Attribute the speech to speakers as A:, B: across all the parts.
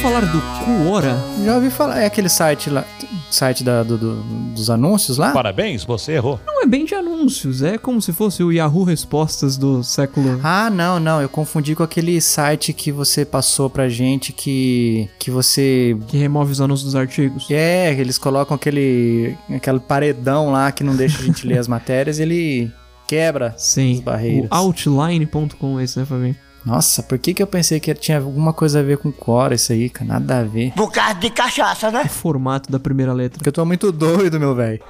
A: falar do Quora?
B: Já ouvi falar. É aquele site lá. Site da- do- do- dos anúncios lá?
C: Parabéns, você errou.
A: Não é bem de anúncios, é como se fosse o Yahoo Respostas do século.
B: Ah, não, não. Eu confundi com aquele site que você passou pra gente que. que você.
A: que remove os anúncios dos artigos.
B: É, eles colocam aquele. aquele paredão lá que não deixa a gente ler as matérias e ele quebra.
A: Sim,
B: As barreiras.
A: o outline.com, esse, né, Fabinho?
B: Nossa, por que, que eu pensei que tinha alguma coisa a ver com Quora isso aí, cara? Nada a ver.
D: Por causa de cachaça, né?
A: O formato da primeira letra.
B: Porque eu tô muito doido, meu velho.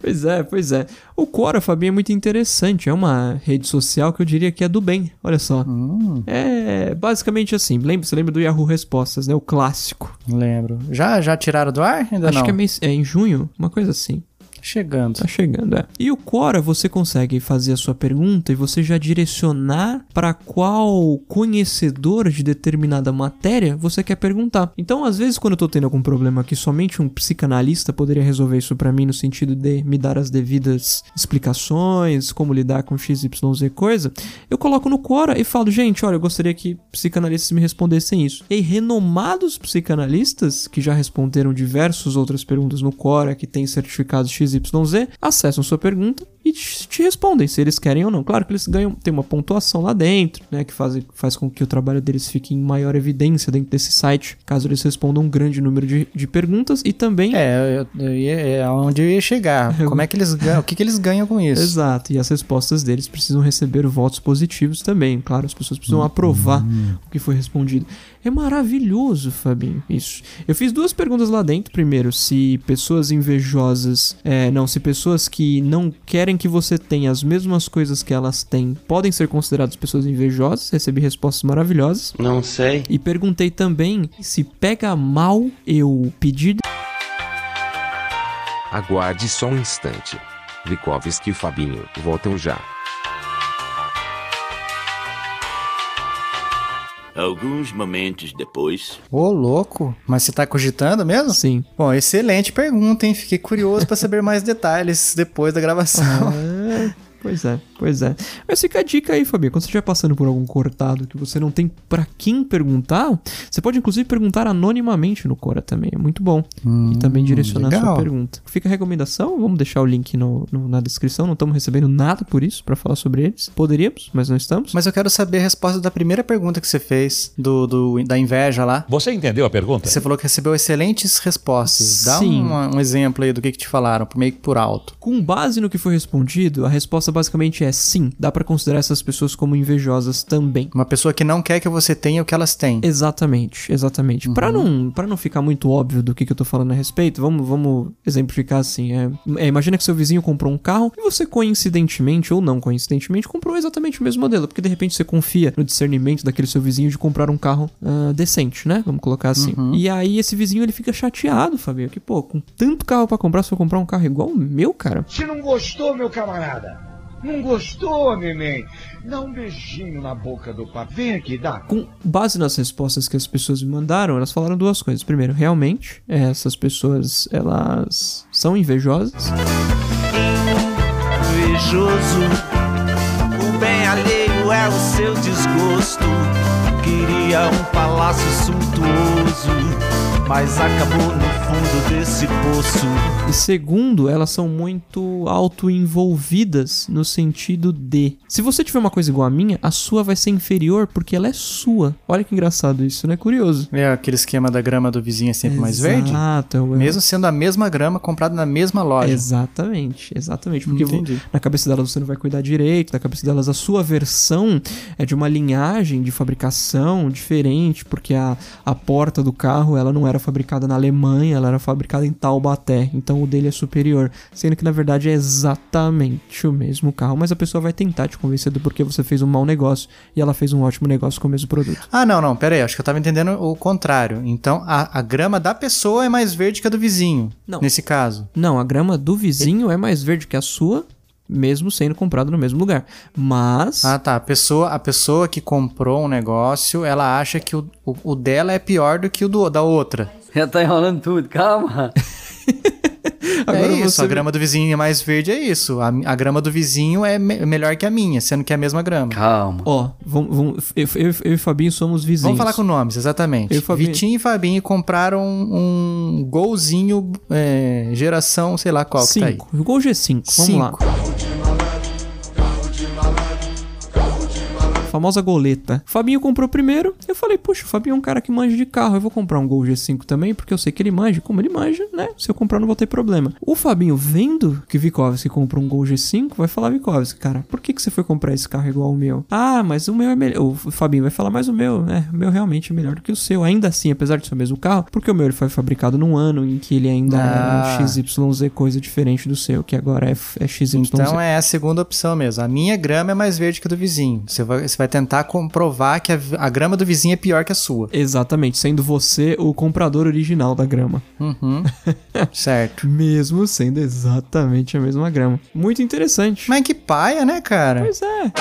A: Pois é, pois é. O Quora, Fabinho, é muito interessante. É uma rede social que eu diria que é do bem. Olha só.
B: Hum.
A: É basicamente assim. Lembra, você lembra do Yahoo Respostas, né? O clássico.
B: Não lembro. Já, já tiraram do ar? Ainda
A: Acho
B: não.
A: que é, meio, é em junho, uma coisa assim.
B: Chegando.
A: Tá chegando, é. E o Quora, você consegue fazer a sua pergunta e você já direcionar para qual conhecedor de determinada matéria você quer perguntar. Então, às vezes, quando eu tô tendo algum problema que somente um psicanalista poderia resolver isso para mim, no sentido de me dar as devidas explicações, como lidar com XYZ coisa, eu coloco no Quora e falo, gente, olha, eu gostaria que psicanalistas me respondessem isso. E aí, renomados psicanalistas, que já responderam diversas outras perguntas no Quora, que tem certificados XYZ, acessam sua pergunta e te te respondem se eles querem ou não. Claro que eles ganham, tem uma pontuação lá dentro, né, que faz, faz com que o trabalho deles fique em maior evidência dentro desse site, caso eles respondam um grande número de, de perguntas e também...
B: É, eu, eu ia, é onde eu ia chegar. Como é que eles ganham? O que, que eles ganham com isso?
A: Exato, e as respostas deles precisam receber votos positivos também. Claro, as pessoas precisam aprovar o que foi respondido. É maravilhoso, Fabinho, isso. Eu fiz duas perguntas lá dentro. Primeiro, se pessoas invejosas. é, não, se pessoas que não querem que você tenha as mesmas coisas que elas têm podem ser consideradas pessoas invejosas. Recebi respostas maravilhosas.
E: Não sei.
A: E perguntei também se pega mal eu pedir
F: Aguarde só um instante. Likovski e Fabinho voltam já.
G: Alguns momentos depois.
B: Ô, louco. Mas você tá cogitando mesmo?
A: sim.
B: Bom, excelente pergunta, hein? Fiquei curioso pra saber mais detalhes depois da gravação.
A: É, Pois é, pois é. Mas fica a dica aí, Fabinho. Quando você estiver passando por algum cortado que você não tem pra quem perguntar, você pode inclusive perguntar anonimamente no Cora também. É muito bom. e também direcionar a
B: legal.
A: sua pergunta. Fica a recomendação. Vamos deixar o link no- no- na descrição. Não estamos recebendo nada por isso pra falar sobre eles. Poderíamos, mas não estamos.
B: Mas eu quero saber a resposta da primeira pergunta que você fez, do, do- da inveja lá.
C: Você entendeu a pergunta?
B: Você falou que recebeu excelentes respostas. Dá
A: Sim.
B: um, um exemplo aí do que, que te falaram, meio que por alto.
A: Com base no que foi respondido, a resposta basicamente é sim. Dá pra considerar essas pessoas como invejosas também.
B: Uma pessoa que não quer que você tenha o que elas têm.
A: Exatamente, exatamente. Pra não, para não ficar muito óbvio do que, que eu tô falando a respeito, vamos, vamos exemplificar assim. É, é, imagina que seu vizinho comprou um carro e você coincidentemente ou não coincidentemente comprou exatamente o mesmo modelo, porque de repente você confia no discernimento daquele seu vizinho de comprar um carro ah, decente, né? Vamos colocar assim. E aí esse vizinho ele fica chateado, Fabinho, que pô, com tanto carro pra comprar, se eu comprar um carro igual o meu, cara,
H: Se não gostou, meu camarada, não gostou, neném, dá um beijinho na boca do papo. Vem aqui, dá.
A: Com base nas respostas que as pessoas me mandaram, elas falaram duas coisas. Primeiro, realmente, eh, essas pessoas, elas são invejosas.
E: Invejoso, o bem alheio é o seu desgosto. Queria um palácio suntuoso, mas acabou no fundo desse poço.
A: E segundo, elas são muito autoenvolvidas no sentido de... Se você tiver uma coisa igual a minha, a sua vai ser inferior porque ela é sua. Olha que engraçado isso, né? Curioso.
B: É aquele esquema da grama do vizinho é sempre mais verde?
A: Exato. é o-
B: Mesmo sendo a mesma grama comprada na mesma loja.
A: Exatamente, exatamente. Porque vo-
B: Entendi.
A: na cabeça delas você não vai cuidar direito, na cabeça delas a sua versão é de uma linhagem de fabricação diferente, porque a, a porta do carro ela não era fabricada na Alemanha, ela era fabricada em Taubaté, então o dele é superior. Sendo que na verdade é exatamente o mesmo carro, mas a pessoa vai tentar te convencer do porquê você fez um mau negócio e ela fez um ótimo negócio com o mesmo produto.
B: Ah, não, não, pera aí, acho que eu tava entendendo o contrário. Então, a, a grama da pessoa é mais verde que a do vizinho,
A: Não.
B: nesse caso.
A: Não, a grama do vizinho é mais verde que a sua. Mesmo sendo comprada no mesmo lugar. Mas.
B: Ah, tá, a pessoa, a pessoa que comprou um negócio, ela acha que o, o, o dela é pior do que o do- da outra.
I: Já tá enrolando tudo, calma.
A: Agora
B: é isso,
A: você
B: a grama do vizinho é mais verde, é isso. A, a grama do vizinho é me- melhor que a minha, sendo que é a mesma grama.
D: Calma.
A: Ó, vamos, vamos- eu, eu- eu e Fabinho somos vizinhos.
B: Vamos falar com nomes, exatamente.
A: Eu e Fabinho-
B: Vitinho e Fabinho compraram um golzinho é, geração, sei lá qual que tá aí.
A: Cinco. O Gol G5, vamos
B: Cinco.
A: lá. Famosa goleta. Fabinho comprou primeiro. Eu falei, puxa, o Fabinho é um cara que manja de carro. Eu vou comprar um Gol G5 também, porque eu sei que ele manja. Como ele manja, né? Se eu comprar, eu não vou ter problema. O Fabinho, vendo que Vikovski comprou um Gol G5, vai falar: Vikovski, cara, por que, que você foi comprar esse carro igual ao meu? Ah, mas o meu é melhor. O Fabinho vai falar: Mas o meu, né? O meu realmente é melhor do que o seu. Ainda assim, apesar de ser o mesmo carro, porque o meu ele foi fabricado num ano em que ele ainda era
B: Ah.
A: um X XYZ coisa diferente do seu, que agora é, F- é XYZ.
B: Então é a segunda opção mesmo. A minha grama é mais verde que a do vizinho. Você vai, você vai tentar comprovar que a, vi- a grama do vizinho é pior que a sua.
A: Exatamente, sendo você o comprador original da grama.
B: Uhum. certo.
A: Mesmo sendo exatamente a mesma grama. Muito interessante.
B: Mas que paia, né, cara?
A: Pois é.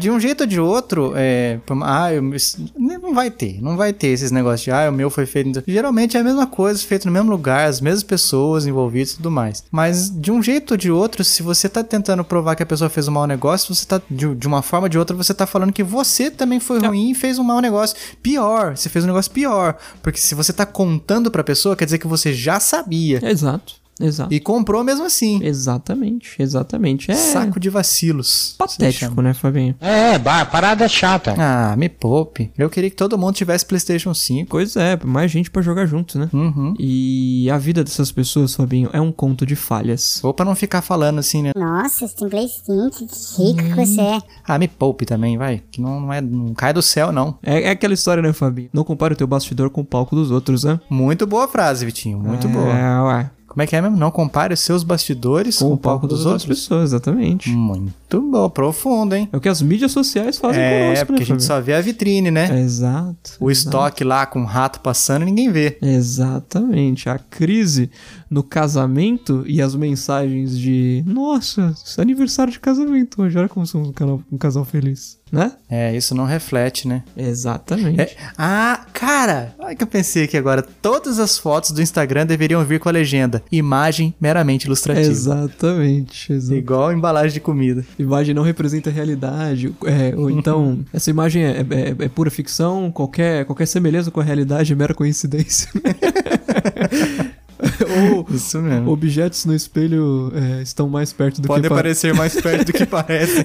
B: De um jeito ou de outro, é. pra- Ah, eu, isso- não vai ter. Não vai ter esses negócios de, ah, o meu foi feito. Geralmente é a mesma coisa, feito no mesmo lugar, as mesmas pessoas envolvidas e tudo mais. Mas de um jeito ou de outro, se você tá tentando provar que a pessoa fez um mau negócio, você tá. De, de uma forma ou de outra, você tá falando que você também
A: É.
B: foi ruim e fez um mau negócio. Pior, você fez um negócio pior. Porque se você tá contando pra pessoa, quer dizer que você já sabia.
A: Exato, exato.
B: E comprou mesmo assim.
A: Exatamente, exatamente. É
B: Saco de vacilos. Você chama.
A: patético, né, Fabinho?
B: Ah, me poupe. Eu queria que todo mundo tivesse PlayStation 5.
A: Pois é, mais gente pra jogar junto, né?
B: Uhum.
A: E a vida dessas pessoas, Fabinho, é um conto de falhas.
B: Ou pra não ficar falando assim, né?
I: Nossa, você tem Play 5, que rico que você é.
B: Ah, me poupe também, vai. Que não, não, é, não cai do céu, não.
A: É, é aquela história, né, Fabinho? Não compare o teu bastidor com o palco dos outros, né?
B: Muito boa frase, Vitinho. Muito
A: é,
B: boa.
A: ué.
B: Como é que é mesmo? Não compare os seus bastidores
A: Com o palco dos outros pessoas, exatamente.
B: Muito bom, profundo, hein?
A: É o que as mídias sociais fazem
B: é,
A: conosco,
B: porque
A: né,
B: a gente
A: Fabinho?
B: só vê a vitrine, né?
A: Exato.
B: O
A: É, exato.
B: estoque lá com o rato passando, ninguém vê.
A: Exatamente. A crise no casamento e as mensagens de Nossa, é aniversário de casamento hoje, olha como somos um, canal- um casal feliz, né?
B: É, isso não reflete, né?
A: Exatamente.
B: É. Ah, cara! Olha que eu pensei aqui agora. Todas as fotos do Instagram deveriam vir com a legenda. Imagem meramente ilustrativa.
A: Exatamente, exatamente.
B: Igual embalagem de comida.
A: Imagem não representa a realidade. é, ou
B: Uhum.
A: então, essa imagem é, é- é pura ficção, qualquer, qualquer semelhança com a realidade é mera coincidência. né? ou,
B: Isso
A: Hum.
B: mesmo.
A: Objetos no espelho é, estão mais perto do
B: Podem
A: que pa-
B: parecer mais perto do que parece.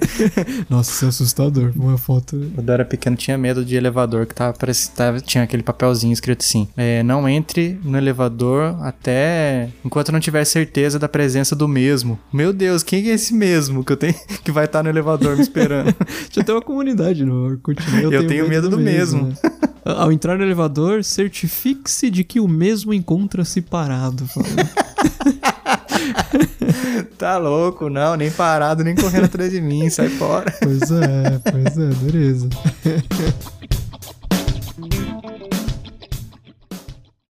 A: Nossa, isso é assustador. Uma foto.
B: Quando eu era pequeno, tinha medo de elevador, que tava, parece, tava- tinha aquele papelzinho escrito assim: é, Não entre no elevador até enquanto não tiver certeza da presença do mesmo. Meu Deus, quem é esse mesmo que eu tenho que vai estar no elevador me esperando?
A: Já tem uma comunidade no Orkut. né?
B: Eu tenho medo do mesmo.
A: né? Ao entrar no elevador, certifique-se de que o mesmo encontra-se parado. fala.
B: tá louco, não, nem parado, nem correndo atrás de mim, sai fora.
A: pois é, pois é, dureza.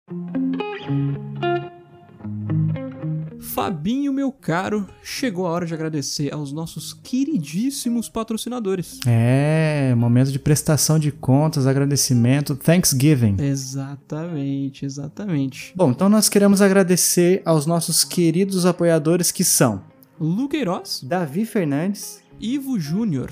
A: Fabinho, meu caro, chegou a hora de agradecer aos nossos queridíssimos patrocinadores.
B: É, momento de prestação de contas, agradecimento, Thanksgiving.
A: Exatamente, exatamente.
B: Bom, então nós queremos agradecer aos nossos queridos apoiadores que são
A: Luqueiroz,
B: Davi Fernandes.
A: Ivo Júnior,